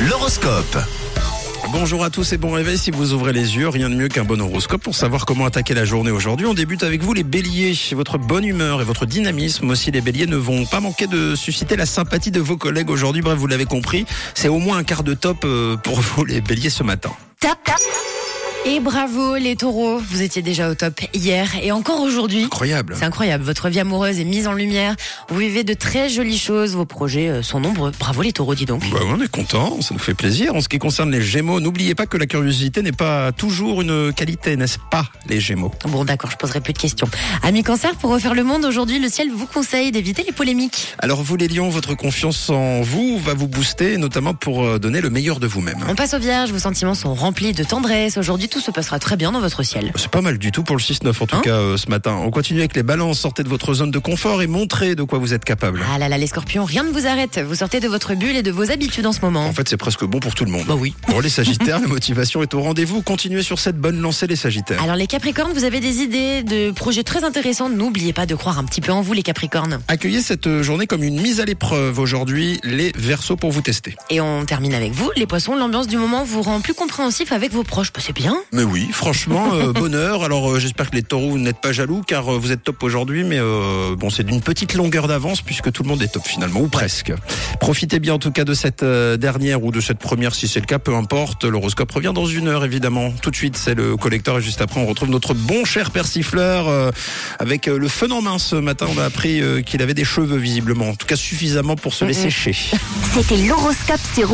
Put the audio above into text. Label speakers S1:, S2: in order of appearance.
S1: L'horoscope.
S2: Bonjour à tous et bon réveil. Si vous ouvrez les yeux, rien de mieux qu'un bon horoscope pour savoir comment attaquer la journée aujourd'hui. On débute avec vous les béliers. Votre bonne humeur et votre dynamisme aussi, les béliers ne vont pas manquer de susciter la sympathie de vos collègues aujourd'hui. Bref, vous l'avez compris, c'est au moins un quart de top euh, pour vous les béliers ce matin.
S3: Tap, tap. Et bravo les taureaux, vous étiez déjà au top hier et encore aujourd'hui.
S2: Incroyable.
S3: C'est incroyable, votre vie amoureuse est mise en lumière, vous vivez de très jolies choses, vos projets euh, sont nombreux. Bravo les taureaux, dis donc.
S2: Bah, on est content, ça nous fait plaisir. En ce qui concerne les Gémeaux, n'oubliez pas que la curiosité n'est pas toujours une qualité, n'est-ce pas, les Gémeaux
S3: Bon d'accord, je poserai plus de questions. Amis cancer, pour refaire le monde aujourd'hui, le ciel vous conseille d'éviter les polémiques.
S2: Alors vous les lions, votre confiance en vous va vous booster, notamment pour euh, donner le meilleur de vous-même.
S3: On passe aux vierges, vos sentiments sont remplis de tendresse, aujourd'hui tout se passera très bien dans votre ciel.
S2: C'est pas mal du tout pour le 6-9 en tout
S3: Hein
S2: cas euh, ce matin. On continue avec les balances, sortez de votre zone de confort et montrez de quoi vous êtes capable.
S3: Ah là là les scorpions, rien ne vous arrête, vous sortez de votre bulle et de vos habitudes en ce moment.
S2: En fait c'est presque bon pour tout le monde.
S3: Bah oui.
S2: Pour les sagittaires, la motivation est au rendez-vous. Continuez sur cette bonne lancée les sagittaires.
S3: Alors les Capricornes, vous avez des idées de projets très intéressants. N'oubliez pas de croire un petit peu en vous les Capricornes.
S2: Accueillez cette euh, journée comme une mise à l'épreuve aujourd'hui, les versos pour vous tester.
S3: Et on termine avec vous, les poissons, l'ambiance du moment vous rend plus compréhensif avec vos proches. Bah, c'est bien.
S2: Mais oui, franchement, euh, bonheur. Alors euh, j'espère que les taureaux, vous n'êtes pas jaloux car euh, vous êtes top aujourd'hui, mais euh, bon, c'est d'une petite longueur d'avance puisque tout le monde est top finalement, ou presque. Profitez bien en tout cas de cette euh, dernière ou de cette première si c'est le cas, peu importe. L'horoscope revient dans une heure évidemment. Tout de suite, c'est le collecteur et juste après, on retrouve notre bon cher persifleur euh, avec euh, le feu en main ce matin. On a appris euh, qu'il avait des cheveux visiblement, en tout cas suffisamment pour se les sécher.
S4: C'était l'horoscope sur